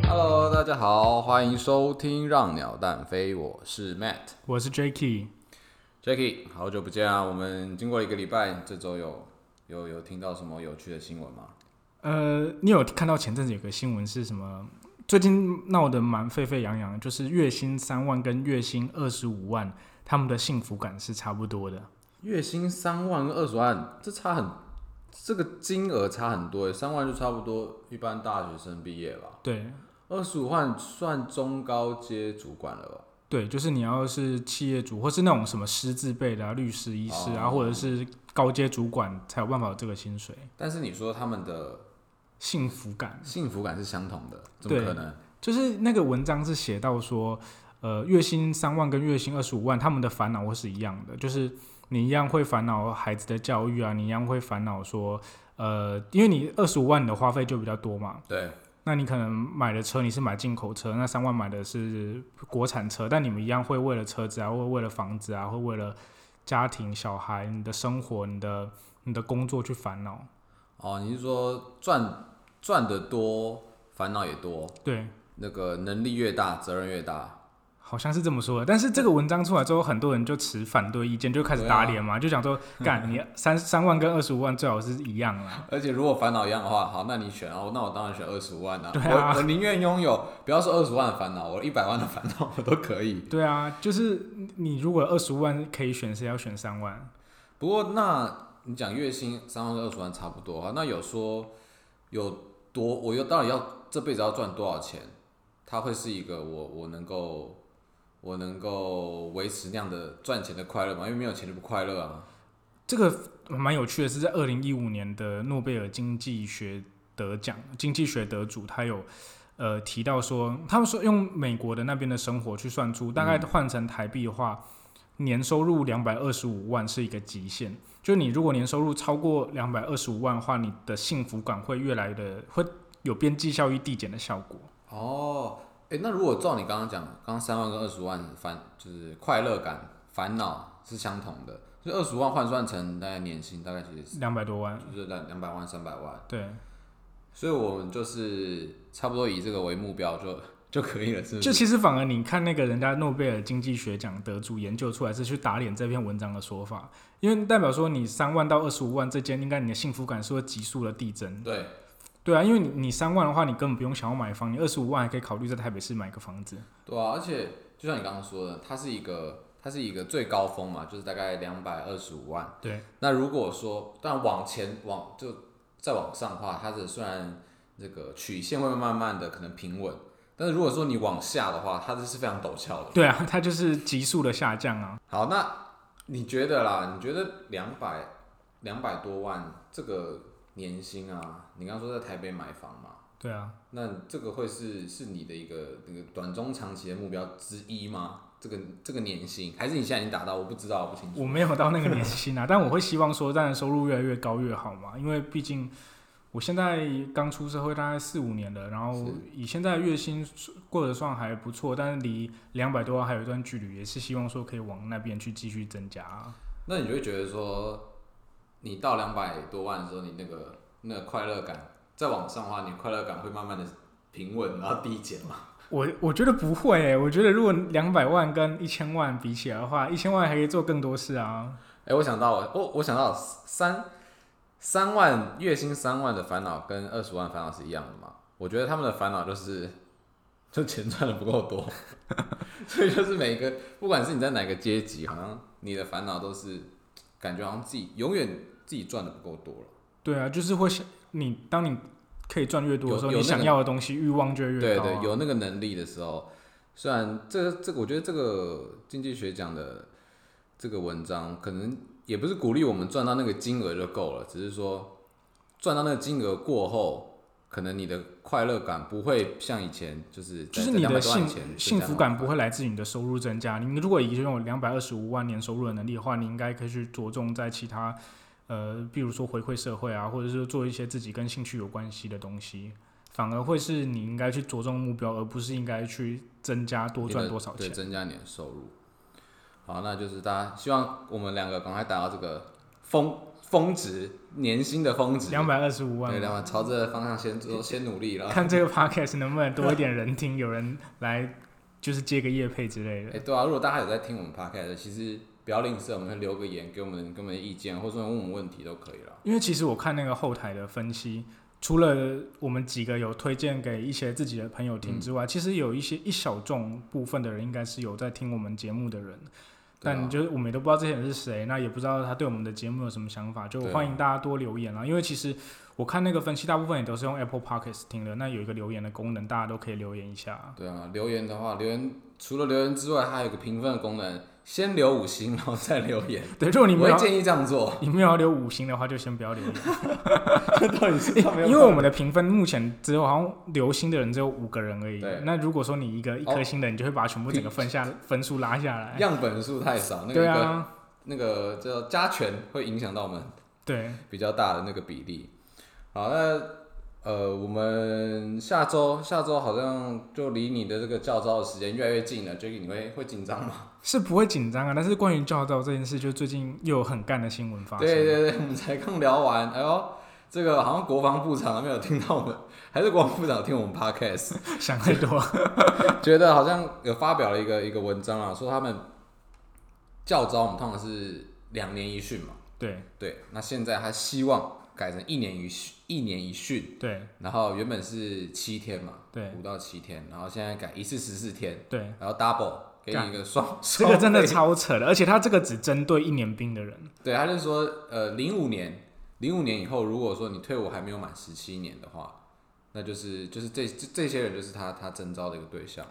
大家好，欢迎收听《让鸟蛋飞》，我是 Matt 我是 Jacky， Jacky，好久不见啊！我们经过了一个礼拜，这周有有有听到什么有趣的新闻吗？呃，你有看到前阵子有个新闻是什么？最近闹得蛮沸沸扬扬的，就是月薪三万跟月薪二十五万，他们的幸福感是差不多的。月薪三万跟二十万，这差很，这个金额差很多耶，三万就差不多一般大学生毕业吧，对二十五万算中高阶主管了吧？哦对，就是你要是企业主，或是那种什么师字辈的、啊、律师、医师啊，哦或者是高阶主管，才有办法有这个薪水。但是你说他们的幸福感幸福感是相同的，怎么对可能？就是那个文章是写到说，呃，月薪三万跟月薪二十五万，他们的烦恼会是一样的，就是你一样会烦恼孩子的教育啊，你一样会烦恼说，呃，因为你二十五万你的花费就比较多嘛，对，那你可能买的车你是买进口车，那三万买的是国产车，但你们一样会为了车子啊，会为了房子啊，会为了家庭、小孩、你的生活、你的你的工作去烦恼，哦，你是说赚赚的多，烦恼也多，对。那个能力越大，责任越大。好像是这么说的，但是这个文章出来之后，很多人就持反对意见，就开始打脸嘛，就讲说，干你三三万跟二十五万最好是一样啊啦。而且如果烦恼一样的话，好，那你选哦，那我当然选二十万啊。对啊我我宁愿拥有，不要说二十万的烦恼，我一百万的烦恼我都可以。对啊，就是你如果二十五万可以选，谁要选三万？不过那你讲月薪三万跟二十万差不多啊，那有说有多，我又到底要这辈子要赚多少钱，它会是一个我我能够我能够维持那样的赚钱的快乐吗？因为没有钱就不快乐啊。这个蛮有趣的，是在二零一五年的诺贝尔经济学得奖，经济学得主他有呃提到说，他们说用美国的那边的生活去算出，大概换成台币的话，年收入两百二十五万是一个极限。就你如果年收入超过两百二十五万的话，你的幸福感会越来的会有边际效益递减的效果。哦，哎，那如果照你刚刚讲，刚刚三万跟二十万烦就是快乐感、烦恼是相同的，就二十万换算成大概年薪，大概其实是两百多万，就是两两百万、三百万，对，所以我们就是差不多以这个为目标就 就可以了，是不？就是其实反而你看那个人家诺贝尔经济学奖得主研究出来是去打脸这篇文章的说法，因为代表说你三万到二十五万之间，应该你的幸福感是会急速的递增。对，对啊，因为你你三万的话，你根本不用想要买房，你二十五万还可以考虑在台北市买个房子。对啊，而且就像你刚刚说的，它是一个它是一个最高峰嘛，就是大概两百二十五万。对，那如果说，但往前往就再往上的话，它的虽然这个曲线会慢慢的可能平稳，但是如果说你往下的话，它这是非常陡峭的。对啊，它就是急速的下降啊。好，那你觉得啦？你觉得两百两百多万这个年薪啊？你刚刚说在台北买房嘛？对啊，那这个会是是你的一个那个短中长期的目标之一吗？这个这个年薪，还是你现在已经达到？我不知道，我不清楚。我没有到那个年薪 啊，但我会希望说，当然收入越来越高越好嘛，因为毕竟我现在刚出社会大概四五年了，然后是以现在月薪过得算还不错，但是离两百多万还有一段距离，也是希望说可以往那边去继续增加啊。那你就会觉得说，你到两百多万的时候，你那个那个快乐感再往上的话，你快乐感会慢慢的平稳，然后递减嘛。我我觉得不会、欸，我觉得如果两百万跟一千万比起来的话，一千万还可以做更多事啊。哎、我想到了，我我想到了三三万月薪三万的烦恼跟二十万烦恼是一样的嘛？我觉得他们的烦恼就是， 就钱赚的不够多， 所以就是每个不管是你在哪个阶级，好像你的烦恼都是感觉好像自己永远自己赚的不够多了。对啊，就是会想你，当你可以赚越多的时候，有有你那个想要的东西欲望就会越对高、啊。对，有那个能力的时候，虽然这个这个，我觉得这个经济学讲的这个文章，可能也不是鼓励我们赚到那个金额就够了，只是说赚到那个金额过后，可能你的快乐感不会像以前，就是就在是你在的200多万以幸前是幸这样福感不会来自于你的收入增加。你如果已经有两百二十五万年收入的能力的话，你应该可以去着重在其他，呃，比如说回馈社会啊，或者是做一些自己跟兴趣有关系的东西，反而会是你应该去着重目标，而不是应该去增加多你赚的多少对，钱。增加你的收入。好，那就是大家希望我们两个赶快达到这个峰峰值年薪的峰值，两百二十五万对，嘛。两万朝这个方向先做，先努力了。看这个 podcast 能不能多一点人听，有人来就是接个业配之类哎、的。对啊，如果大家有在听我们 podcast，其实不要吝啬，我们留个言给我们给我们意见，或者说问我们问题都可以了。因为其实我看那个后台的分析，除了我们几个有推荐给一些自己的朋友听之嗯外，其实有一些一小众部分的人应该是有在听我们节目的人，对啊但就是我们也都不知道这些人是谁，那也不知道他对我们的节目有什么想法，就对啊欢迎大家多留言啦。因为其实我看那个分析，大部分也都是用 Apple Podcast 听的，那有一个留言的功能，大家都可以留言一下。对啊，留言的话，留言除了留言之外，还有一个评分的功能，先留五星，然后再留言。对，如果 你我没会有建议这样做。你没有要留五星的话，就先不要留言。到底是 因为我们的评分目前只有好像留星的人只有五个人而已对。哦那如果说你一个一颗星的，你就会把全部整个分下分数拉下来。 样本数太少，那个对啊，那个叫加权会影响到我们对，比较大的那个比例。好，那呃，我们下周下周好像就离你的这个教招的时间越来越近了 j a c k 你会会紧张吗？是不会紧张啊。但是关于教导这件事，就最近又有很干的新闻发生。对对对，我们才刚聊完，哎呦，这个好像国防部长还没有听到我们，还是国防部长听我们 podcast， 想太多。觉得好像有发表了一个一个文章啊，说他们教招我们通常是两年一训嘛，对对，那现在他希望改成一年一训，一年一训，对然后原本是七天嘛，对五到七天，然后现在改一次十四天，对，然后 double 给你一个双，这个真双倍的超扯的，而且他这个只针对一年兵的人。对，他就说呃，零五年零五年以后，如果说你退伍还没有满十七年的话，那就是就是这这这些人就是他他征招的一个对象，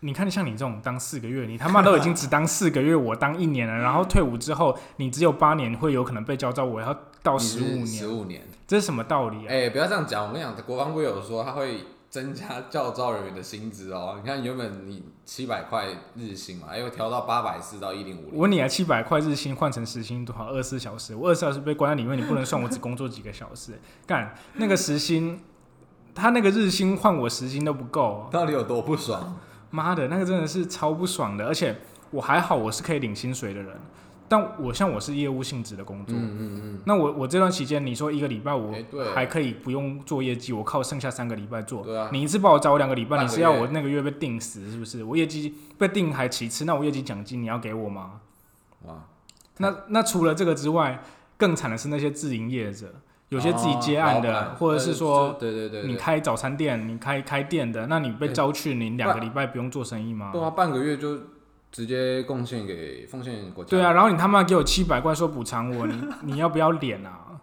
你看，像你这种当四个月，你他妈都已经只当四个月，我当一年了，然后退伍之后，你只有八年会有可能被教招，我要到十五十年，五年。这是什么道理啊？哎、不要这样讲，我跟你讲，国防部有说他会增加教招人员的薪资哦。你看原本你七百块日薪嘛，哎又调到八百四到一零五我问你啊，七百块日薪换成时薪多少？二十四小时，我二十四小时被关在里面，你不能算我只工作几个小时。 干那个时薪，他那个日薪换我时薪都不够，到底有多不爽？妈的，那个真的是超不爽的。而且我还好，我是可以领薪水的人，但我像我是业务性质的工作，嗯嗯那我我这段期间，你说一个礼拜我哎对还可以不用做业绩，我靠剩下三个礼拜做。对啊你一次把我找两个礼拜，半你个是要月我那个月被定死是不是？我业绩被定还其次，那我业绩奖金你要给我吗？嗯，哇，那那除了这个之外，更惨的是那些自营业者，有些自己接案哦老的，板或者是呃说对对对对你开早餐店、你开开店的，那你被对招去，你两不个礼拜不用做生意吗？对啊，半个月就直接贡献给奉献国家。对啊，，然后你他妈给我七百块说补偿我，你你要不要脸啊？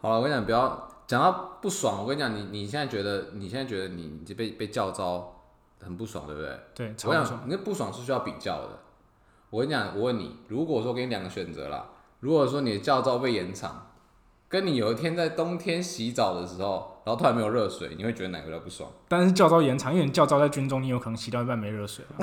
好了，我跟你讲，不要讲到不爽。我跟你讲，你你现在觉得你现在觉得你你被被教招很不爽，对不对？对，我超想爽。你那不爽是需要比较的。我跟你讲，我问你，如果说给你两个选择啦，如果说你的教招被延长，跟你有一天在冬天洗澡的时候，然后突然没有热水，你会觉得哪个比较不爽？但是教招延长，因为你教招在军中，你有可能洗到一半没热水啊。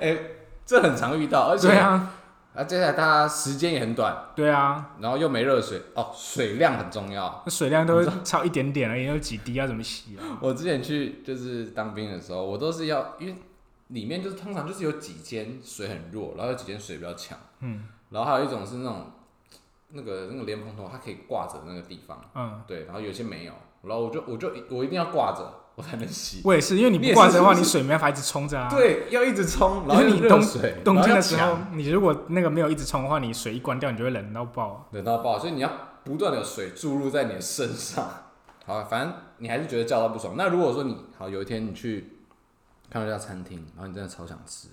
哎、这很常遇到，而且对啊，啊，接下来大家时间也很短，对啊，然后又没热水哦，水量很重要。那水量都会超一点点而已，有几滴要怎么洗啊？ 我之前去就是当兵的时候，我都是要因为里面就是通常就是有几间水很弱，然后有几间水比较强，嗯然后还有一种是那种那个那个莲蓬头，它可以挂着那个地方，嗯，对，然后有些没有，然后我就我就我一定要挂着，我才能洗。我也是，因为你你不也挂是着的话，是你不水没办法一直冲着啊。对，要一直冲，然就后是你又热水，冬天的时然后候要抢，你如果那个没有一直冲的话，你水一关掉，你就会冷到爆。啊冷到爆，所以你要不断的水注入在你的身上。好，反正你还是觉得叫到不爽。那如果说你好有一天你去看到一家餐厅，然后你真的超想吃，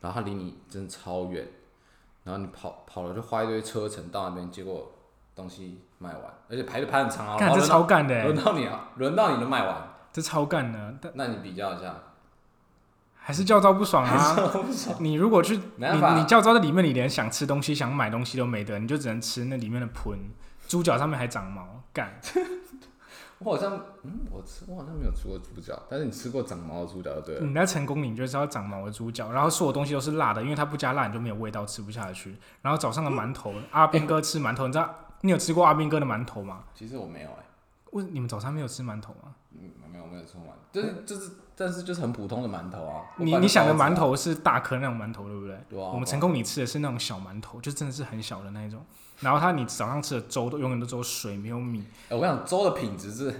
然后它离你真的超远，然后你跑跑了就花一堆车程到那边，结果东西卖完，而且排队排很长啊，然干后这轮到超干的轮欸，到你啊，轮到你都卖完，这超干的，但那你比较一下，还是教招不爽啊！不爽。你如果去，没办你法你教招在里面，你连想吃东西、想买东西都没得，你就只能吃那里面的盆，猪脚上面还长毛，干。我好像，嗯，我吃，我好像没有吃过猪脚，但是你吃过长毛的猪脚就对了。你在成功岭就是要长毛的猪脚，然后所有东西都是辣的，因为它不加辣你就没有味道，吃不下去。然后早上的馒头，阿斌哥吃馒头，你知道你有吃过阿斌哥的馒头吗？其实我没有哎、问你们早餐没有吃馒头吗？嗯，没有没有吃完，就是就是，但是就是很普通的馒头啊。我你拌你想的包子啊馒？头是大颗那种馒头，对不对？对啊，我们成功你吃的是那种小馒头，就真的是很小的那一种。然后他你早上吃的粥都永远都只有水没有米，哎、我跟你讲，粥的品质是，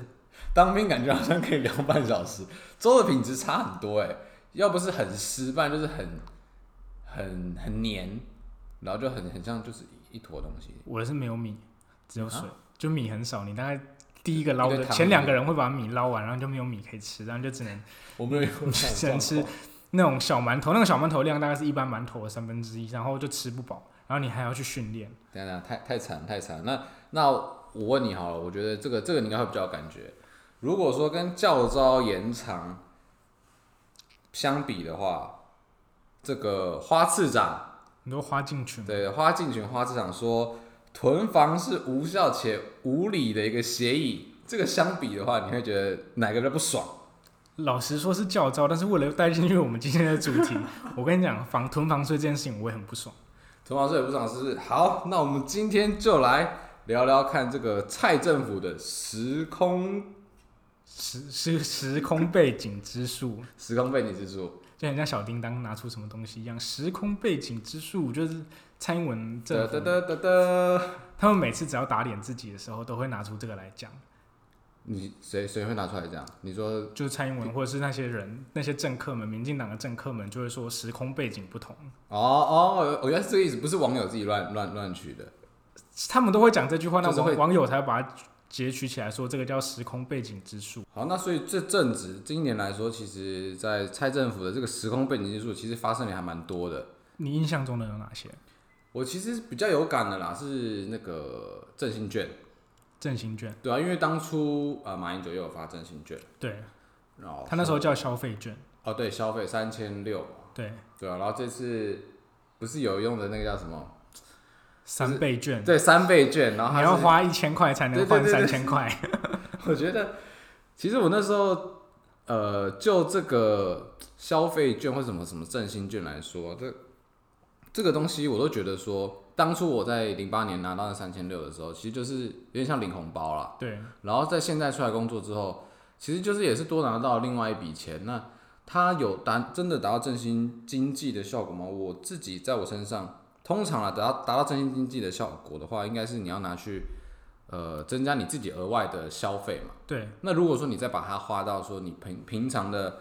当兵感觉好像可以聊半小时， 粥的品质差很多哎、要不是很湿，不然就是很很很黏，然后就很很像就是一坨东西。我的是没有米，只有水，啊就米很少。你大概第一个捞一的堆糖前两个人会把米捞完，然后就没有米可以吃，然后就只能我 没有用只能吃那种小馒头，那种小馒头量大概是一般馒头的三分之一，然后就吃不饱，然后你还要去训练。等一下等一下，太太惨太惨。那那我问你好了，我觉得这个这个你应该会比较有感觉。如果说跟教招延长相比的话，这个花次长你都花进去吗？对花进群花次长说，囤房是无效且无理的一个协议。这个相比的话，你会觉得哪个比较不爽？老实说是教招，但是为了带进去我们今天的主题，我跟你讲，房囤房税这件事情我也很不爽。囤房税也不爽是不是？好，那我们今天就来聊聊看这个蔡政府的时空时时时空背景之术，时空背景之术。就很像小叮当拿出什么东西一样。时空背景之术就是蔡英文哒政哒府，哒哒哒。他们每次只要打脸自己的时候，都会拿出这个来讲。你谁谁会拿出来这样？你说就是蔡英文或者是那些人、那些政客们、民进党的政客们，就会说时空背景不同，哦哦，我原来是这个意思，不是网友自己乱乱乱取的。他们都会讲这句话，那就是网会网友才会把它截取起来说这个叫时空背景之术。好，那所以这阵子今年来说，其实，在蔡政府的这个时空背景技术，其实发生的还蛮多的。你印象中的有哪些？我其实比较有感的啦，是那个振兴券，振兴券，对啊，因为当初呃马英九也有发振兴券，对然后他那时候叫消费券，哦对，消费三千六，对对啊，然后这次不是有用的那个叫什么？三倍券，对，三倍券，然后你它要是花一千块才能对对换对三对 千块。我觉得，其实我那时候，呃，就这个消费券或什么什么振兴券来说，这这个东西，我都觉得说，当初我在零八年拿到那三千六的时候，其实就是有点像领红包啦。对，然后在现在出来工作之后，其实就是也是多拿到另外一笔钱。那它有达真的达到振兴经济的效果吗？我自己在我身上，通常啊，达到达到振兴经济的效果的话，应该是你要拿去呃增加你自己额外的消费嘛。对，那如果说你再把它花到说你平平常的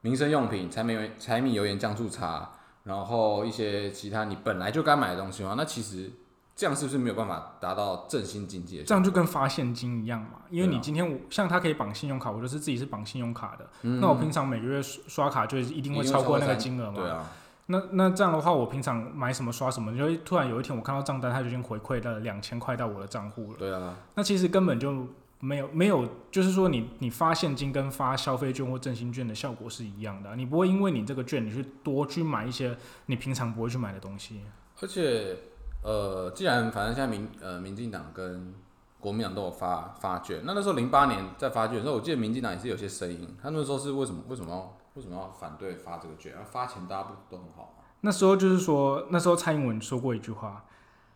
民生用品、柴米油盐柴米油盐酱醋茶，然后一些其他你本来就该买的东西的话，那其实这样是不是没有办法达到振兴经济的效这样就跟发现金一样嘛，因为对啊你今天我像他可以绑信用卡，我就是自己是绑信用卡的，果？嗯那我平常每个月刷刷卡就一定会一定会超超过过那个三金额嘛对。啊，那那这样的话，我平常买什么刷什么，就会突然有一天我看到账单，它就已经回馈了两千块到我的账户了。对啊，那其实根本就没有没有，就是说你你发现金跟发消费券或振兴券的效果是一样的啊、你不会因为你这个券你去多去买一些你平常不会去买的东西。而且呃，既然反正现在民呃民进党跟国民党都有发发券，那那时候零八年在发券的时候，我记得民进党也是有些声音，他那时候是为什么为什么要为什么要反对发这个券？啊发钱大家不都很好吗？那时候就是说，那时候蔡英文说过一句话，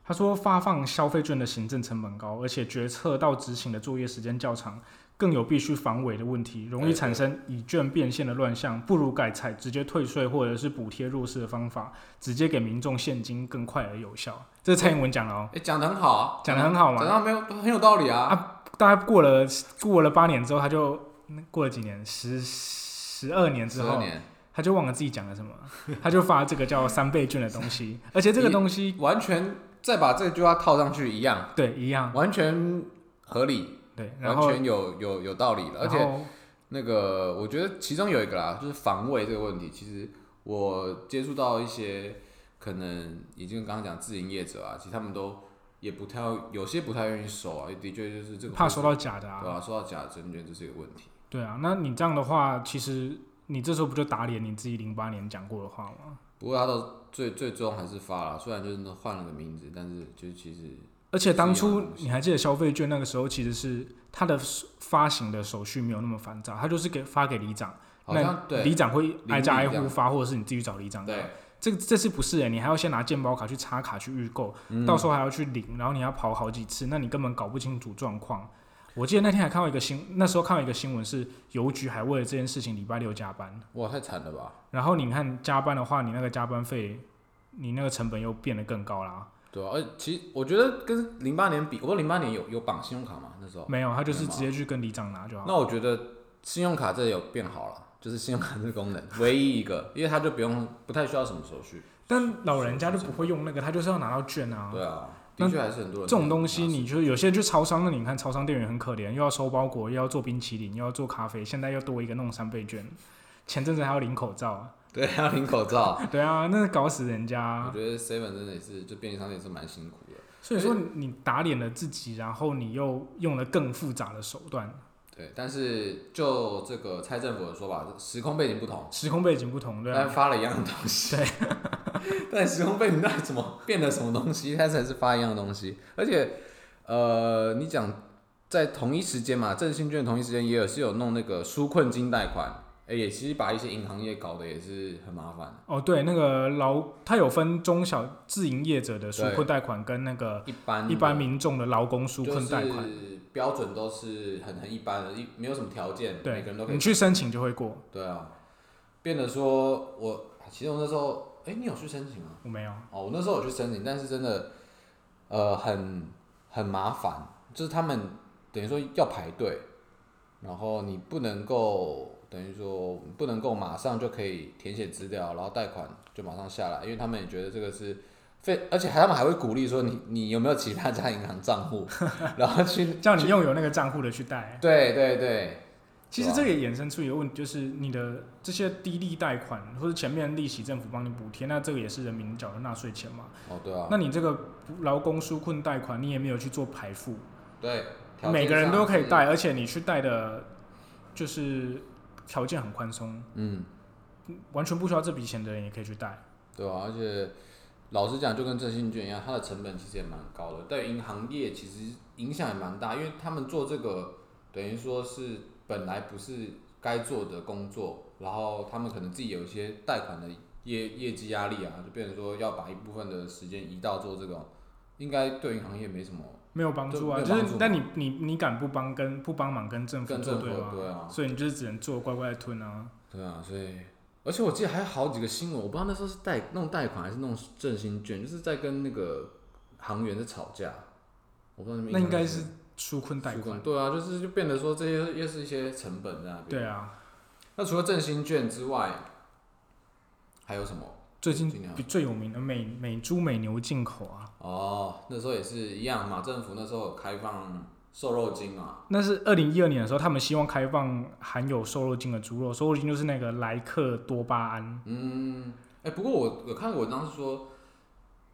他说发放消费券的行政成本高，而且决策到执行的作业时间较长，更有必须防伪的问题，容易对产生以券变现的乱象，不如改采直接退税或者是补贴弱势的方法，直接给民众现金更快而有效。这是蔡英文讲的哦，哎、讲的很好啊，讲的很好讲嘛。到没有很有道理啊。大概过了过了八年之后，他就嗯过了几年，十十二年之十二后，年，他就忘了自己讲了什么， 他就发这个叫三倍券的东 西，而且这个一东西完全再把这句话套上去一样，对，一样，完全合理，对，然完后全有有有道理了。而然且后那个，我觉得其中有一个啦，就是防卫这个问题。其实我接触到一些可能已经刚刚讲自营业者啊，其实他们都也不太有些不太愿意收啊，的确就是这个怕收到假的对啊，啊，收到假的证券这是一个问题。对啊，那你这样的话，其实你这时候不就打脸你自己零八年讲过的话吗？不过他到最最终还是发了，虽然就是换了个名字，但是就其实而且当是一初样的东西你还记得消费券那个时候，其实是它的发行的手续没有那么繁杂，它就是给发给里长，好那像对里长会挨家挨邻里这户样发，或者是你自己找里长啊拿。对，这这次不是哎、你还要先拿健保卡去插卡去预购，嗯到时候还要去领，然后你要跑好几次，那你根本搞不清楚状况。我记得那天还看到一个新，那时候看到一个新闻是邮局还为了这件事情礼拜六加班，哇，太惨了吧？然后你看加班的话，你那个加班费，你那个成本又变得更高啦。对啊，而其实我觉得跟零八年比，我不知道零八年有有绑信用卡吗？那时候，没有，他就是真的吗直接去跟里长拿就哦好。那我觉得信用卡这有变好了，就是信用卡这个 功能唯一一个，因为它就不用不太需要什么手续。但老人家就不会用那个，他就是要拿到券啊。对啊，那的确还是很多人这种东西，拿手你就是有些人去超商，那你看超商店员很可怜，又要收包裹，又要做冰淇淋，又要做咖啡，现在又多一个弄三倍券，前阵子还要领 口罩，对还要领口罩。对啊，那搞死人家我啊。觉得 Seven 真的也是，就便利商店也是蛮辛苦的。所以说你打脸了自己，然后你又用了更复杂的手哦段，对，但是就这个蔡政府的说法，时空背景不同，时空背景不同，对但啊，发了一样的东西。对， 但时空背景到底怎么变了什么东西？它才是发一样的东西，而且呃，你讲在同一时间嘛，振兴券同一时间也有是有弄那个纾困金贷款，哎、也其实把一些银行业搞得也是很麻烦。哦对，那个劳它有分中小自营业者的纾对困贷款跟那个一般一般民众的劳工纾就困贷款，是标准都是很很一般的，一没有什么条件，每对个人都，可以你去申请就会过，对啊，变得说我其实我那时候，哎、你有去申请吗？我没有，哦，我那时候有去申请，但是真的，呃，很很麻烦，就是他们等于说要排队，然后你不能够等于说不能够马上就可以填写资料，然后贷款就马上下来，因为他们也觉得这个是。非而且他们还会鼓励说你你有没有其他家银行账 户，然后去叫你用有那个账户的去贷。对对对，其实这个也衍生出一个问题，就是你的这些低利贷款或者前面利息政府帮你补贴，那这个也是人民缴的纳税钱嘛。哦对啊，那你这个劳工纾困贷款，你也没有去做排付，对，条件每个人上都可以是贷，而且你去贷的，就是条件很宽松，嗯，完全不需要这笔钱的人也可以去贷。对啊，而且老实讲，就跟振兴券一样，它的成本其实也蛮高的，对银行业其实影响也蛮大，因为他们做这个等于说是本来不是该做的工作，然后他们可能自己有一些贷款的业业绩压力啊，就变成说要把一部分的时间移到做这种，应该对银行业没什么没有帮助啊，对就没有帮是助但你你你敢不帮跟不帮忙跟政府更作正确对吗？对啊，所以你就是只能做乖乖的吞啊。对啊，所以而且我记得还有好几个新闻，我不知道那时候是贷弄贷款还是弄振兴券，就是在跟那个行员在吵架，我不知道你们那应该印象是纾困贷纾款困，对啊，就是就变得说这些又是一些成本在那边。对啊。那除了振兴券之外，还有什么？最近今年啊比最有名的美美猪美牛进口啊，哦，那时候也是一样嘛，政府那时候有开放瘦肉精嘛，那是二零一二年的时候，他们希望开放含有瘦肉精的猪肉，瘦肉精就是那个莱克多巴胺，嗯，哎、不过我我看文章是说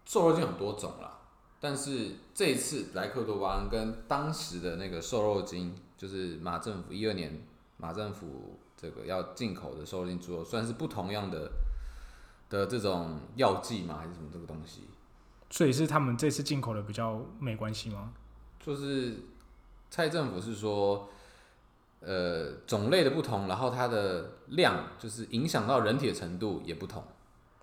瘦肉精很多种啦，但是这一次莱克多巴胺跟当时的那个瘦肉精，就是马政府一二年马政府这个要进口的瘦肉精猪肉，算是不同样的的这种药剂吗？还是什么这个东西？所以是他们这次进口的比较没关系吗？就是蔡政府是说，呃，种类的不同，然后它的量就是影响到人体的程度也不同，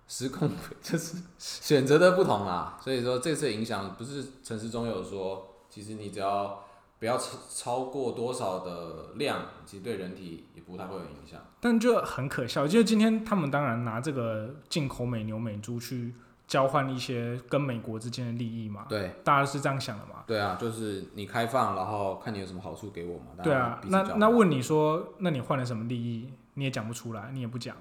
时空 就是选择的不同啦。所以说这次影响不是陈时中有说，其实你只要不要超超过多少的量，其实对人体也不太会有影响。但就很可笑，就是今天他们当然拿这个进口美牛美猪去交换一些跟美国之间的利益嘛，对大家是这样想的嘛？对啊，就是你开放，然后看你有什么好处给我嘛。大家对啊彼，此那交换那问你说，那你换了什么利益？你也讲不出来，你也不讲。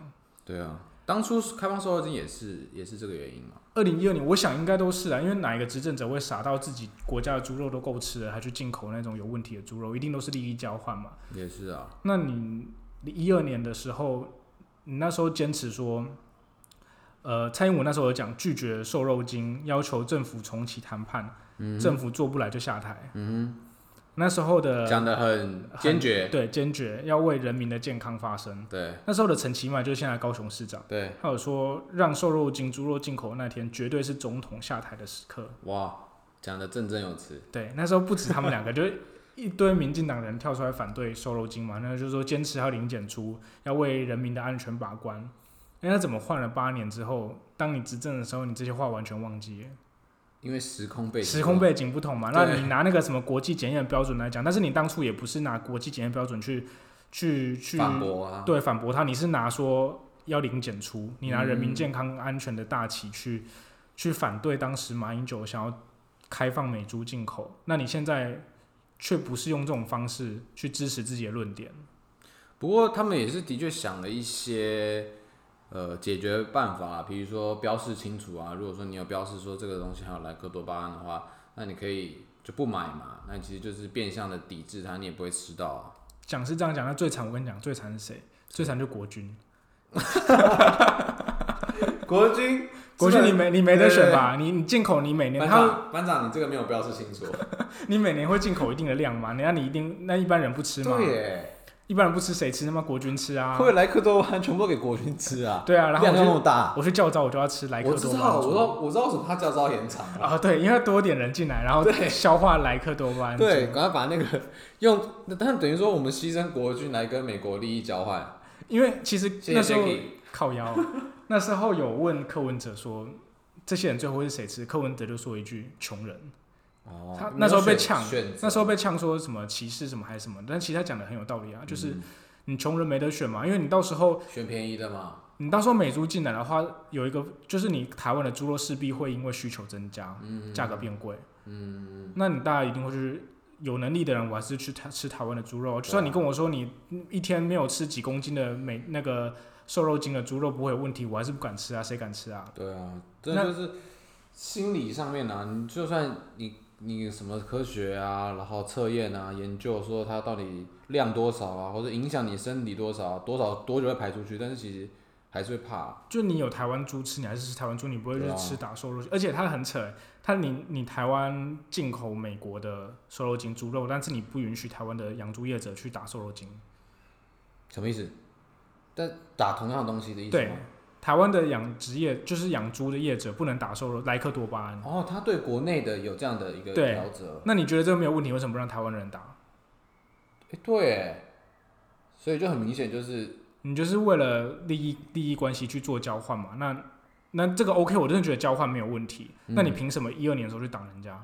对啊，当初开放瘦肉精也是也是这个原因嘛。二零一二年，我想应该都是啊，因为哪一个执政者会傻到自己国家的猪肉都够吃了，还去进口那种有问题的猪肉？一定都是利益交换嘛。也是啊，那你一二年的时候，你那时候坚持说，呃，蔡英文那时候有讲拒绝瘦肉精，要求政府重启谈判，嗯政府做不来就下台。嗯那时候哼，的讲的很坚决，对坚决要为人民的健康发声。对那时候的陈其迈就是现在高雄市长，对，他有说让瘦肉精、猪肉进口那天绝对是总统下台的时刻。哇，讲的振振有词，对，那时候不止他们两个，就是一堆民进党人跳出来反对瘦肉精嘛，那就是说坚持要零检出，要为人民的安全把关。哎那他怎么换了八年之后，当你执政的时候，你这些话完全忘记了？因为时空背景，时空背景不同嘛，那对你拿那个什么国际检验的标准来讲，但是你当初也不是拿国际检验标准去去去反驳啊，对反驳他，你是拿说要零检出，你拿人嗯民健康安全的大旗去、去反对当时马英九想要开放美猪进口，那你现在却不是用这种方式去支持自己的论点，不过他们也是的确想了一些呃解决办法啊，比如说标示清楚啊。如果说你有标示说这个东西含有莱克多巴胺的话，那你可以就不买嘛。那你其实就是变相的抵制它，你也不会吃到啊。讲是这样讲，那最惨我跟你讲，最惨是谁？最惨就国军，国军，国军你们没你没得选吧？你你进口你每年班他长，班长，你这个没有标示清楚。你每年会进口一定的量嘛？那你一定那一般人不吃吗？对耶，一般人不吃谁吃？他妈国军吃啊！会莱克多巴胺全部都给国军吃啊？对啊，然后量我那么就大，我去教招，我就要吃莱克我知多道，巴我知胺道，我知道为什么他叫招延长 了。啊，对，因为多点人进来，然后对消化莱克多巴胺。对，，赶快把那个用，但等于说我们牺牲国军来跟美国利益交换。因为其实谢谢那时候 Jacky 靠腰，那时候有问柯文哲说，这些人最后会是谁吃？柯文哲就说一句穷人。哦他那时候被呛选那时候被呛说什么歧视什么还是什么，但其实他讲的很有道理啊，就是嗯你穷人没得选嘛，因为你到时候选便宜的嘛，你到时候美猪进来的话，有一个就是你台湾的猪肉势必会因为需求增加，嗯，价格变贵，嗯，那你大家一定会去。有能力的人，我还是去台吃台湾的猪肉。就算你跟我说你一天没有吃几公斤的美那个瘦肉精的猪肉不会有问题，我还是不敢吃啊，谁敢吃啊？对啊，这那就是心理上面啊，你就算你你什么科学啊，然后测验啊，研究说它到底量多少啊，或者影响你身体多少啊，多少多久会排出去，但是其实还是会怕，就你有台湾猪吃，你还是吃台湾猪，你不会就是对啊吃打瘦肉精。而且它很扯，它你你台湾进口美国的瘦肉精猪肉，但是你不允许台湾的养猪业者去打瘦肉精。什么意思？但打同样的东西的意思对吗？，台湾的养殖业就是养猪的业者不能打瘦肉莱克多巴胺。哦，他对国内的有这样的一个对调整，那你觉得这个没有问题，为什么不让台湾人打？哎，对耶，所以就很明显就是你就是为了利益利益关系去做交换嘛？那那这个 OK，我真的觉得交换没有问题。嗯那你凭什么一二年的时候去挡人家？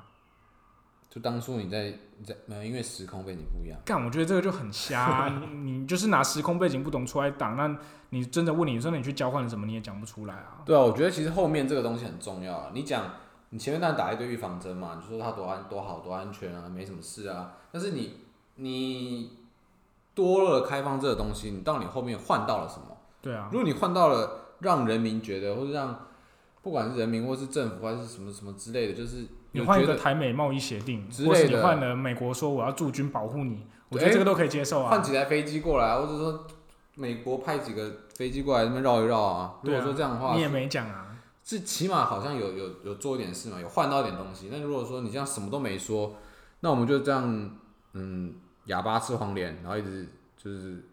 就当初你在你在没有，因为时空背景不一样。干，我觉得这个就很瞎啊、 你你就是拿时空背景不懂出来挡，那你真的问你说你去交换了什么，你也讲不出来啊。对啊，我觉得其实后面这个东西很重要啊。你讲，你前面当然打一堆预防针嘛，你说它多安多好多安全啊，没什么事啊。但是你你多了开放这个东西，你到你后面换到了什么？对啊，如果你换到了让人民觉得，或者让不管是人民或是政府还是什么什么之类的，就是你有换一觉个得台美贸易协定，之或是类你的换了美国说我要驻军保护你，我觉得对这个都可以接受啊。换几台飞机过来，或者说美国派几个飞机过来那边绕一绕啊。如对啊果说这样的话，你也没讲啊。这起码好像有有有做一点事嘛，有换到一点东西。那如果说你这样什么都没说，那我们就这样，嗯，哑巴吃黄连，然后一直就是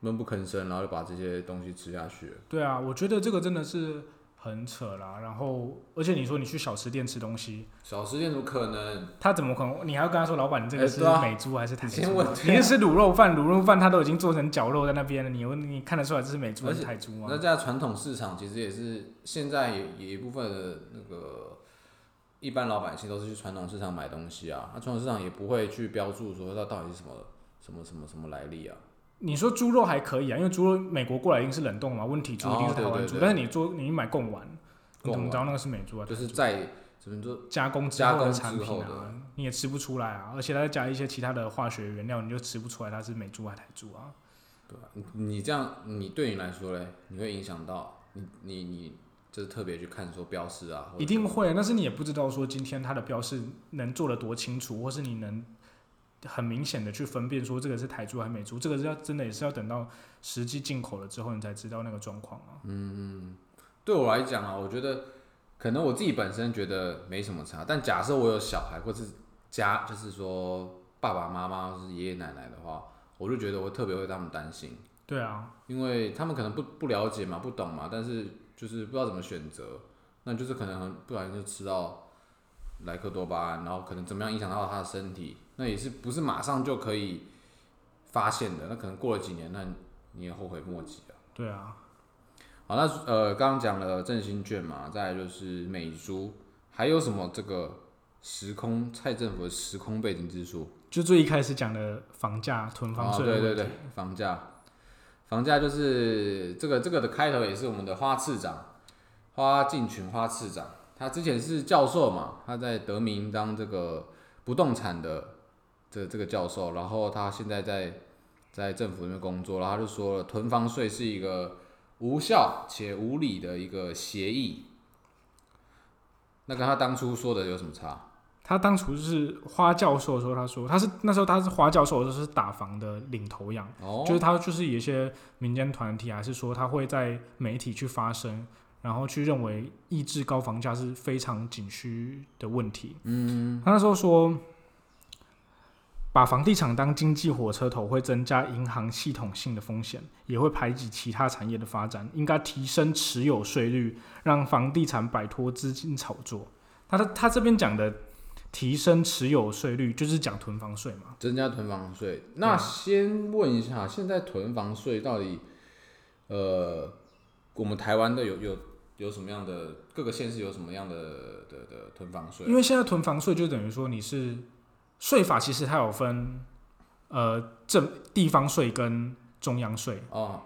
闷不吭声，然后就把这些东西吃下去了。对啊，我觉得这个真的是很扯啦。然后，而且你说你去小吃店吃东西，小吃店怎么可能？他怎么可能？你还要跟他说，老板，你这个哎是对啊美猪还是台你猪？先问你是吃卤肉饭，卤肉饭他都已经做成绞肉在那边了，你问你看得出来这是美猪还是而且台猪吗那？在传统市场其实也是现在也也一部分的那个一般老百姓都是去传统市场买东西啊，那传统市场也不会去标注说它到底是什么什么什么什么来历啊。你说猪肉还可以啊，因为猪肉美国过来一定是冷冻嘛，问题猪一定是哦台湾对对猪，对但是你做你买贡丸，你贡怎么丸知道那个是美猪啊？就是在怎么说加工之加后的工产之后品啊的，你也吃不出来啊，而且它再加一些其他的化学原料，你就吃不出来它是美猪还是台猪啊。对吧？你你这样，你对你来说嘞，你会影响到你你你，就是特别去看说标示啊，或者一定会，但是你也不知道说今天它的标示能做的多清楚，或是你能很明显的去分辨说这个是台猪还是美猪，这个是要真的也是要等到实际进口了之后你才知道那个状况啊。对我来讲啊，我觉得可能我自己本身觉得没什么差，但假设我有小孩或是家，就是说爸爸妈妈或是爷爷奶奶的话，我就觉得我特别为他们担心，对啊，因为他们可能不不了解嘛，不懂嘛，但是就是不知道怎么选择，那就是可能不小心就吃到莱克多巴胺，然后可能怎么样影响到他的身体，那也是不是马上就可以发现的？那可能过了几年，那你也后悔莫及啊。对啊，好，那呃，刚刚讲了振兴券嘛，再来就是美猪，还有什么这个时空蔡政府的时空背景之说？就最一开始讲的房价囤房哦，税、对对对，，房价，房价就是这个这个的开头也是我们的花次长，花进群花次长，他之前是教授嘛，他在德明当这个不动产的这这个教授，然后他现在在在政府那边工作，然后他就说了，囤房税是一个无效且无理的一个协议，那跟他当初说的有什么差？他当初是花教授的时候，他说他是那时候他是花教授的时候是打房的领头羊，哦，就是他就是有一些民间团体还是说他会在媒体去发声，然后去认为抑制高房价是非常紧需的问题。嗯，他那时候说，把房地产当经济火车头会增加银行系统性的风险，也会排挤其他产业的发展，应该提升持有税率，让房地产摆脱资金炒作。他的他这边讲的提升持有税率，就是讲囤房税嘛。增加囤房税。那先问一下，现在囤房税到底，呃，我们台湾的有有有什么样的各个县市有什么样的的的囤房税？因为现在囤房税就等于说你是税法，其实它有分呃政地方税跟中央税。哦，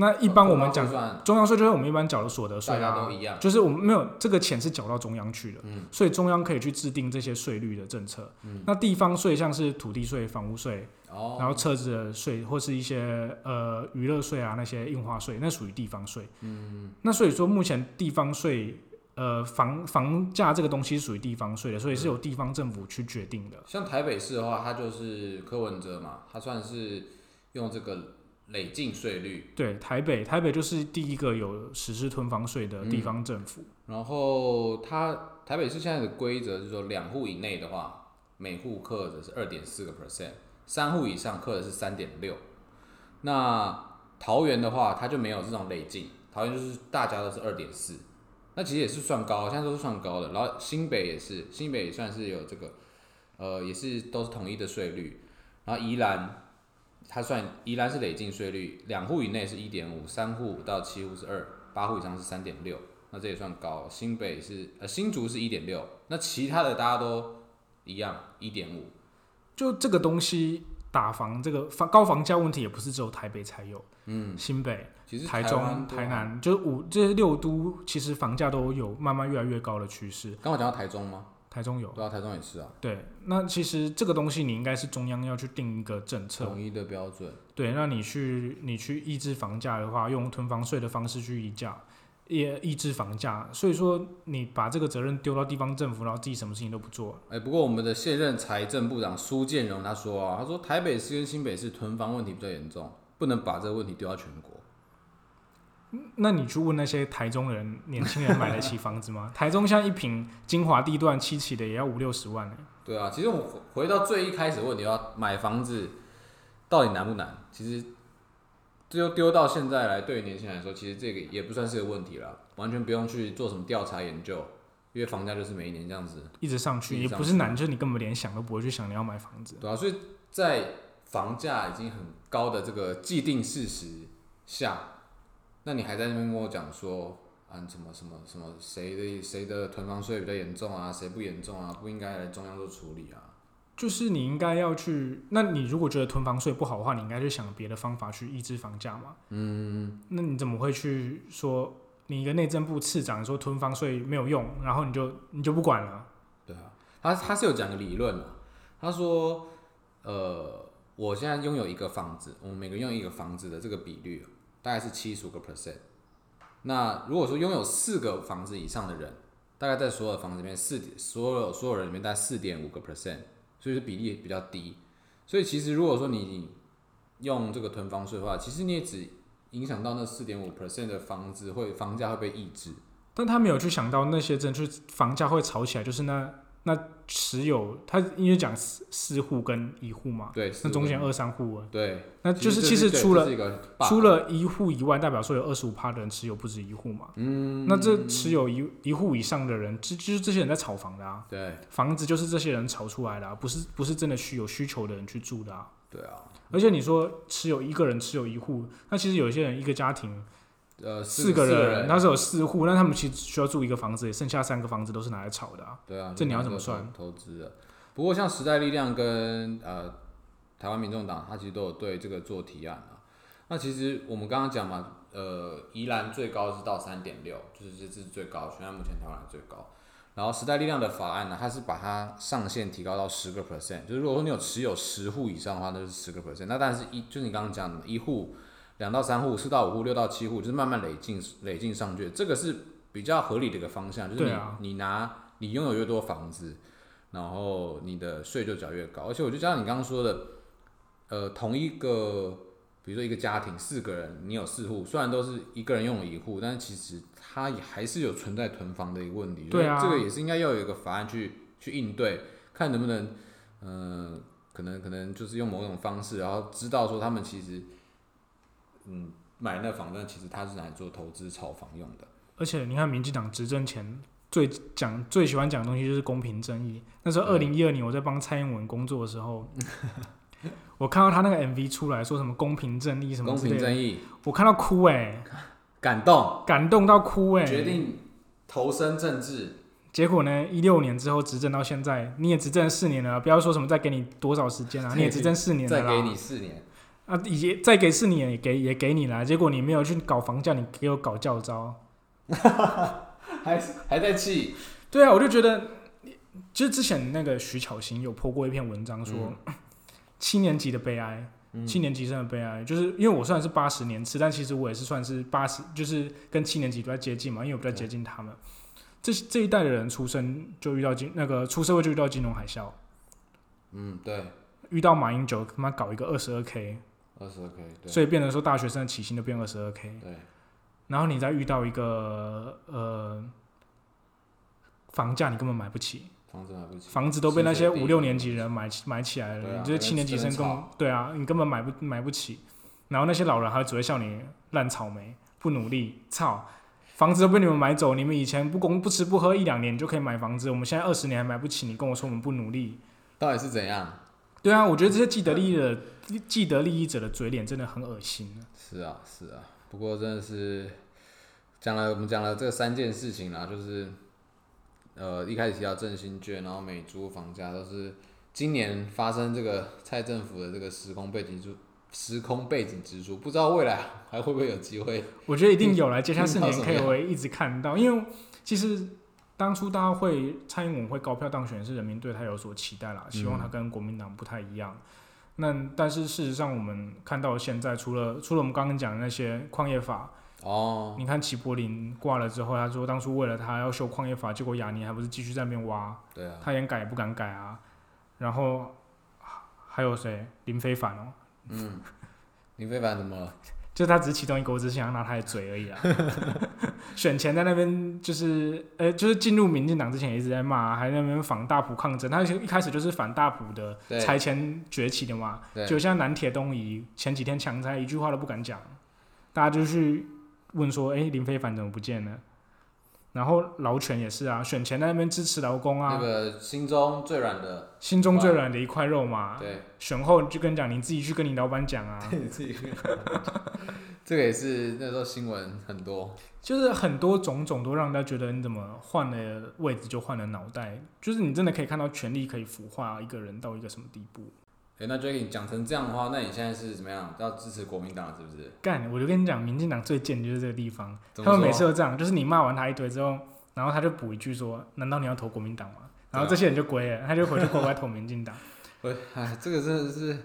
那一般我们囤讲房中央税就是我们一般缴的所得税税算大家啊都，一样，就是我们没有这个钱是缴到中央去的，嗯所以中央可以去制定这些税率的政策。那地方税像是土地税、房屋税，哦，然后车子的税或是一些呃娱乐税啊那些印花税，那属于地方税。嗯，那所以说目前地方税。呃，房房价这个东西是属于地方税的，所以是由地方政府去决定的。像台北市的话，它就是柯文哲嘛，他算是用这个累进税率，对，台北台北就是第一个有实施囤房税的地方政府，然后它台北市现在的规则是说，两户以内的话，每户课的是二点四个 percent，三户以上课的是三点六。那桃园的话，它就没有这种累进，桃园就是大家都是二点四，那其实也是算高，现在都是算高的。然后新北也是，新北也算是有这个，呃，也是都是统一的税率。然后宜兰，它算宜兰是累进税率，两户以内是一点五，三户到七户是二，八户以上是三点六。那这也算高。新北是呃新竹是一点六，那其他的大家都一样一点五。就这个东西打房这个房高房价问题也不是只有台北才有，嗯，新北、其实台湾啊中、都台。南就是五这六都其实房价都有慢慢越来越高的趋势，刚刚讲到台中吗？台中有。对啊，台中也是啊，对，那其实这个东西你应该是中央要去定一个政策，统一的标准。对，那你去你去抑制房价的话，用囤房税的方式去抑价，也抑制房价。所以说，你把这个责任丢到地方政府，然后自己什么事情都不做，哎、不过我们的现任财政部长苏建荣他说啊，他说台北市跟新北市囤房问题比较严重，不能把这个问题丢到全国。那你去问那些台中人、年轻人买得起房子吗？ 台中像一平精华地段七起的也要五六十万、欸，对啊，其实我们回回到最一开始的问题，要买房子到底难不难？其实丢丢到现在来，对于年轻人来说，其实这个也不算是个问题了，完全不用去做什么调查研究，因为房价就是每一年这样子。一直上去一直也上不是去难，就是你根本连想都不会去想你要买房子。对啊，所以在房价已经很高的这个既定事实下，那你还在那边跟我讲说啊什么什么什么谁的谁的囤房税比较严重啊，谁不严重啊，不应该来中央做处理啊？就是你应该要去，那你如果觉得囤房税不好的话，你应该去想别的方法去抑制房价嘛。嗯，那你怎么会去说你一个内政部次长说囤房税没有用，然后你就你就不管了？对啊，他他是有讲个理论的，啊他说，呃，我现在拥有一个房子，我们每个人拥有一个房子的这个比率大概是七十五个 percent。那如果说拥有四个房子以上的人，大概在所有的房子里面四所有所有人里面大概四点五个 percent，所以是比例比较低。所以其实如果说你用这个囤房税的话，其实你也只影响到那四点五 percent 的房子会房价会被抑制。但他没有去想到那些真去房价会炒起来，就是那那持有他因为讲四四户跟一户嘛，对，那中间15%二三户啊，对，那就是这其实对除这了是一个 bug 除了一户以外，代表说有二十五趴的人持有不止一户嘛。嗯，那这持有一一户以上的人，这就是这些人在炒房的啊。对房子就是这些人炒出来的、啊，不是不是真的需有需求的人去住的啊。对啊，而且你说持有一个人持有一户，那其实有一些人一个家庭呃四个个人，那时候有四户，那他们其实需要住一个房子，剩下三个房子都是拿来炒的啊。对啊，这你要就怎么投算投资的？不过像时代力量跟呃台湾民众党，他其实都有对这个做提案啊。那其实我们刚刚讲嘛，呃，宜兰最高是到三点六，就是这是最高，全在目前台湾最高。然后时代力量的法案呢，它是把它上限提高到十个 percent，就是如果说你有持有十户以上的话，那就是十个 percent。那但是一就是你刚刚讲的，一户、两到三户、四到五户、六到七户，就是慢慢累进累进上去，这个是比较合理的一个方向，就是你、对啊你拿你拥有越多房子，然后你的税就缴越高。而且我就像你刚刚说的，呃，同一个比如说一个家庭四个人，你有四户，虽然都是一个人用了一户，但是其实它也还是有存在囤房的一个问题。对啊所以这个也是应该要有一个法案去去应对，看能不能，嗯、可能可能就是用某种方式，然后知道说他们其实，嗯，买那房，但其实他是拿来做投资炒房用的。而且你看，民进党执政前最讲最喜欢讲的东西就是公平正义。那时候二对零一二年我在帮蔡英文工作的时候， 我看到他那个 MV 出来说什么公平正义什么公之平类的，正义，我看到哭哎、感动，感动到哭哎、决定投身政治。结果呢，一六年之后执政到现在，你也执政四年了，不要说什么再给你多少时间啊，你也执政四年了再啦。给你四年，啊，也再给四年也给也给你啦，结果你没有去搞房价，你给我搞教招。还还在气，对啊，我就觉得，就是之前那个徐巧芯有 po 过一篇文章说，嗯 七年级的悲哀，七年级生的悲哀，就是因为我虽然是八十年次，但其实我也是算是八十，就是跟七年级比较接近嘛，因为我比较接近他们。这这一代的人出生就遇到金那个出社会就遇到金融海啸，嗯，对，遇到马英九他妈搞一个二十二 k，二十二 K，对，所以变成说大学生的起薪就变二十二 k。对，然后你再遇到一个呃房价你根本买不起，房子买不起，房子都被那些薪水低五六年级人买起买起来对了，啊你这些七年级生根那本边对啊，你根本买不买不起。然后那些老人还只会笑你烂草莓，不努力，操！房子都被你们买走，你们以前不工不吃不喝一两年你就可以买房子，我们现在二十年还买不起，你跟我说我们不努力，到底是怎样？对啊，我觉得这些既得利益的既得利益者的嘴脸真的很恶心啊。是啊，是啊，不过真的是讲了我们讲了这三件事情啦，就是呃一开始提到振兴券，然后美租房价都是今年发生这个蔡政府的这个时空背景之时空背景之书，不知道未来还会不会有机会？我觉得一定有来，接下来四嗯年到可什么以样我也一直看到，因为其实当初大家会蔡英文会高票当选，是人民对他有所期待啦，希望他跟国民党不太一样。那但是事实上，我们看到现在，除了除了我们刚刚讲的那些矿业法，哦，你看齐柏林挂了之后，他说当初为了他要修矿业法，结果雅尼还不是继续在那边挖，对啊，他连改也不敢改啊。然后还有谁？林非凡哦，嗯，林非凡怎么了？就是他只是其中一个，我只是想要拿他的嘴而已啊。 选前在那边就是呃，就是进入民进党之前也一直在骂啊、还在那边反大埔抗争。他一开始就是反大埔的对拆迁崛起的嘛，对就像南铁东移前几天强拆，一句话都不敢讲，大家就去问说，哎、林非凡怎么不见了？然后劳权也是啊，选前在那边支持劳工啊，那个心中最软的，心中最软的一块肉嘛。对，选后就跟你讲，你自己去跟你老板讲啊。你自己这个也是那时候新闻很多，就是很多种种都让大家觉得你怎么换了位置就换了脑袋，就是你真的可以看到权力可以腐化一个人到一个什么地步。哎、那 Jacky 你讲成这样的话，那你现在是怎么样？要支持国民党是不是？干，我就跟你讲，民进党最贱的就是这个地方，怎么他们每次说都这样，就是你骂完他一堆之后，然后他就补一句说：“难道你要投国民党吗？”然啊后这些人就归了，他就回去乖乖投民进党。我哎，这个真的是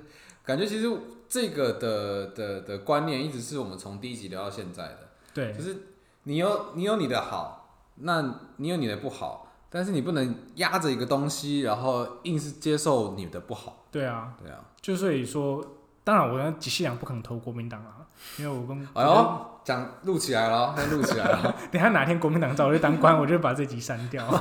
感觉，其实这个的的的观念一直是我们从第一集聊到现在的，对就是你有你有你的好，那你有你的不好，但是你不能压着一个东西，然后硬是接受你的不好，对啊，对啊。就所以说，当然我跟几细良不肯投国民党啊，因为我跟 哎呦，讲录起来了，哦先录起来了，等一下哪天国民党找我去当官，我就把这集删掉。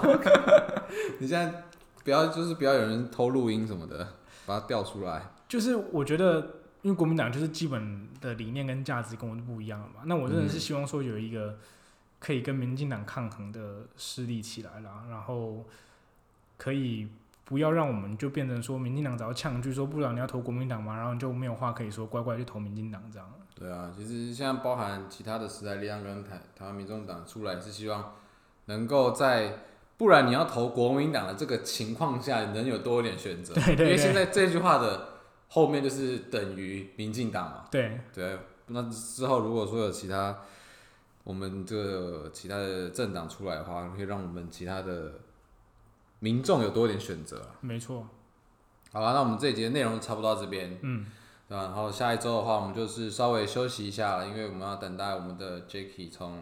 你现在不要就是不要有人偷录音什么的，把它调出来。就是我觉得，因为国民党就是基本的理念跟价值跟我就不一样了嘛。那我真嗯的是希望说有一个可以跟民进党抗衡的势力起来啦，然后可以不要让我们就变成说民进党只要呛一句说不然你要投国民党嘛，然后你就没有话可以说，乖乖去投民进党这样。对啊，其实现在包含其他的时代力量跟台台湾民众党出来，是希望能够在不然你要投国民党的这个情况下，能有多一点选择。 对对对因为现在这句话的后面就是等于民进党嘛。对，对，啊那之后如果说有其他我们这个其他的政党出来的话，可以让我们其他的民众有多一点选择啊。没错，好了，那我们这一节内容差不多到这边，嗯，对吧？然后下一周的话，我们就是稍微休息一下了，因为我们要等待我们的 Jacky 从，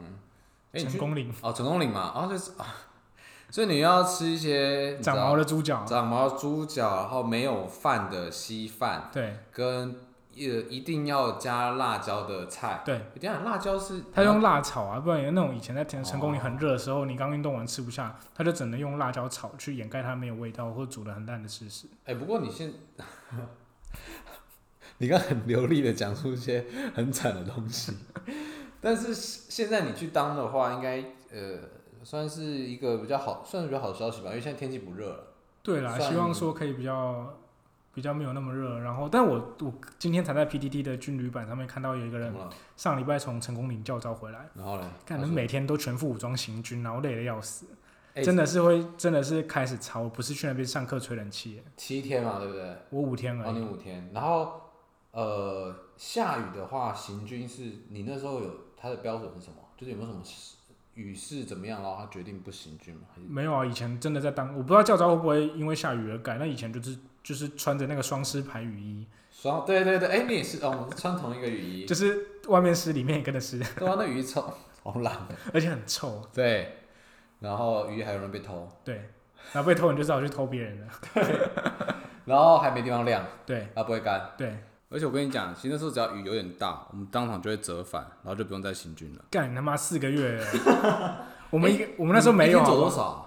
哎、你成去功领哦，成功岭嘛，哦，就是啊，所以你要吃一些你知道长毛的猪脚，长毛猪脚，然后没有饭的稀饭，对跟一一定要加辣椒的菜。对，等一下辣椒是他用辣炒啊，不然有那种以前在田成功里哦很热的时候，你刚运动完吃不下，他就只能用辣椒炒去掩盖它没有味道或煮的很烂的事实。哎、不过你现，你刚很流利的讲出一些很惨的东西，但是现在你去当的话，应该呃算是一个比较好，算是比较好的消息吧，因为现在天气不热了。对啦，算希望说可以比较比较没有那么热。然后，但我我今天才在 PTT 的军旅版上面看到有一个怎人么了？上礼拜从成功岭教招回来，然后呢？看他能说每天都全副武装行军，然后累得要死，哎真的是会真的是开始操，不是去那边上课吹冷气耶，七天嘛，对不对？我五天哦，而你已。五天，然后呃下雨的话，行军是你那时候有它的标准是什么？就是有没有什么雨势怎么样，然后他决定不行军嘛？还是没有啊，以前真的在当，我不知道教招会不会因为下雨而改。那以前就是就是穿着那个双湿牌雨衣，双对对对，哎、你也是哦，我们穿同一个雨衣，就是外面湿，里面也跟 着湿，对啊，那鱼臭，好懒。哦而且很臭。对，然后鱼还有人被偷，对，然后被偷你就只好去偷别人了。然后还没地方晾，对它不会干。对，而且我跟你讲，其实那时候只要雨有点大，我们当场就会折返，然后就不用再行军了。干你他妈四个月了，我们 一个我们那时候没有哎一天好走不多好少啊？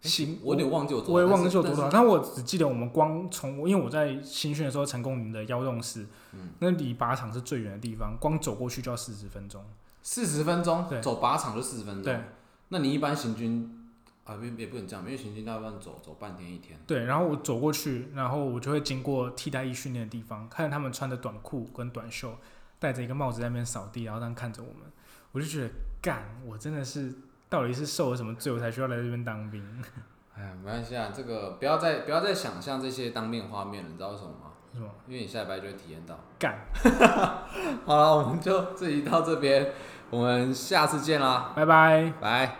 行，我有点忘记我走，我也忘记有多但少，是。但我只记得我们光从，因为我在新训的时候，成功营的腰动市，嗯那离靶场是最远的地方，光走过去就要四十分钟。四十分钟对走靶场就四十分钟。对，那你一般行军啊，也也不能这样，因为行军大部分走走半天一天。对，然后我走过去，然后我就会经过替代役训练的地方，看着他们穿着短裤跟短袖，戴着一个帽子在那边扫地，然后这样看着我们，我就觉得干，我真的是到底是受了什么罪，我才需要来这边当兵？ 哎呀，没关系啊，这个不要再不要再想象这些当面画面了，你知道为什么吗？是吗？因为你下礼拜就会体验到。干，好了，我们就这集到这边，我们下次见啦，拜拜。拜。